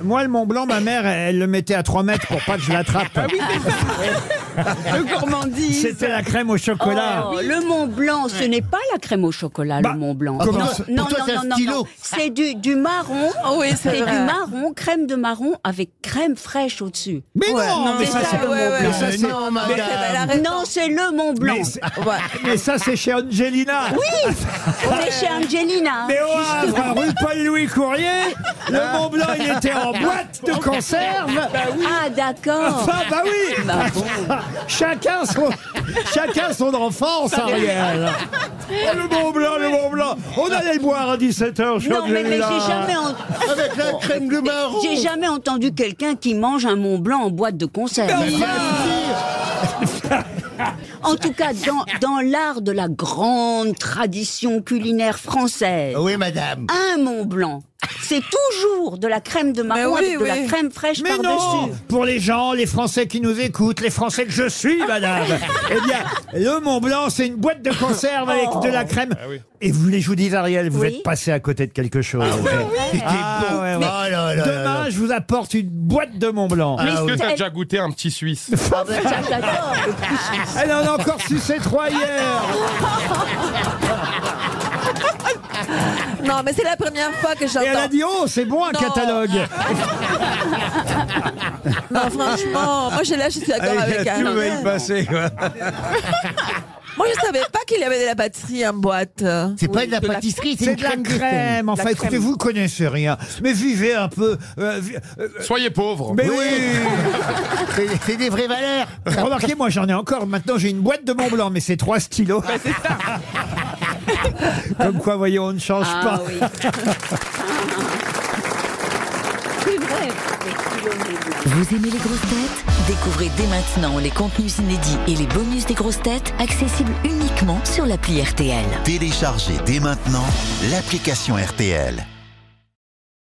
Moi, le Mont Blanc, ma mère, elle le mettait à 3 mètres pour pas que je l'attrape. Ah Le gourmandise. C'était la crème au chocolat. Oh, le Mont Blanc, ce n'est pas la crème au chocolat, Bah, le Mont Blanc. comment non, ça- non, Pour toi, non, c'est un non, non, stylo. non. C'est du, du marron. Ah oui, c'est c'est vrai. du marron, crème de marron avec crème fraîche au-dessus. Mais non, mais c'est ça, ça, c'est ouais, ouais. mais ça, c'est- non, Eh ben, madame. Non, c'est le Mont Blanc. Mais c'est- Ouais. mais ça, c'est chez Angelina. Oui, on est chez Angelina. Mais au Havre, rue Paul-Louis Courrier, le Mont Blanc, il était en boîte de conserve. Ah, d'accord. Enfin, bah oui Bah, bon. Chacun son, chacun son enfance, Ariel. Oh, le Mont Blanc, le Mont Blanc. On allait le boire à 17h, je Non, mais, mais j'ai jamais, en- Avec la crème de marron. j'ai jamais entendu quelqu'un qui mange un Mont Blanc en boîte de conserve. En tout cas, dans, dans l'art de la grande tradition culinaire française, Ah Oui, madame. un Mont Blanc, c'est toujours de la crème de marron Mais oui, avec de oui. la crème fraîche Mais non Ah, par-dessus. Pour les gens, les Français qui nous écoutent, les Français que je suis, madame, eh bien, le Mont Blanc, c'est une boîte de conserve avec de la crème. Et vous voulez, je vous dis, Ariel, vous Oui. êtes passé à côté de quelque chose. Ah, ouais, ouais. Oh là là là. Demain, je vous apporte une boîte de Mont Blanc. Ah, Est-ce oui. que t'as déjà goûté un petit Suisse Ah ben, ça, j'adore. Elle en a encore sucé trois hier. Non, mais c'est la première fois que Et elle a j'entends. dit, oh, c'est bon un Non. catalogue. Non, franchement, moi je là, je suis d'accord avec elle. passer, quoi. Moi je savais pas qu'il y avait de la pâtisserie en boîte. C'est pas de la pâtisserie, c'est C'est une de la crème de sel. crème. Enfin, La écoutez, crème. vous connaissez rien. Mais vivez un peu. euh, vi- euh, Soyez pauvre. mais oui, C'est- C'est des vraies valeurs. Remarquez, moi j'en ai encore. Maintenant, j'ai une boîte de Mont Blanc, mais c'est trois stylos. Comme quoi, voyez, on ne change Ah pas. oui. Vous aimez les grosses têtes Découvrez dès maintenant les contenus inédits et les bonus des grosses têtes accessibles uniquement sur l'appli RTL. Téléchargez dès maintenant l'application RTL.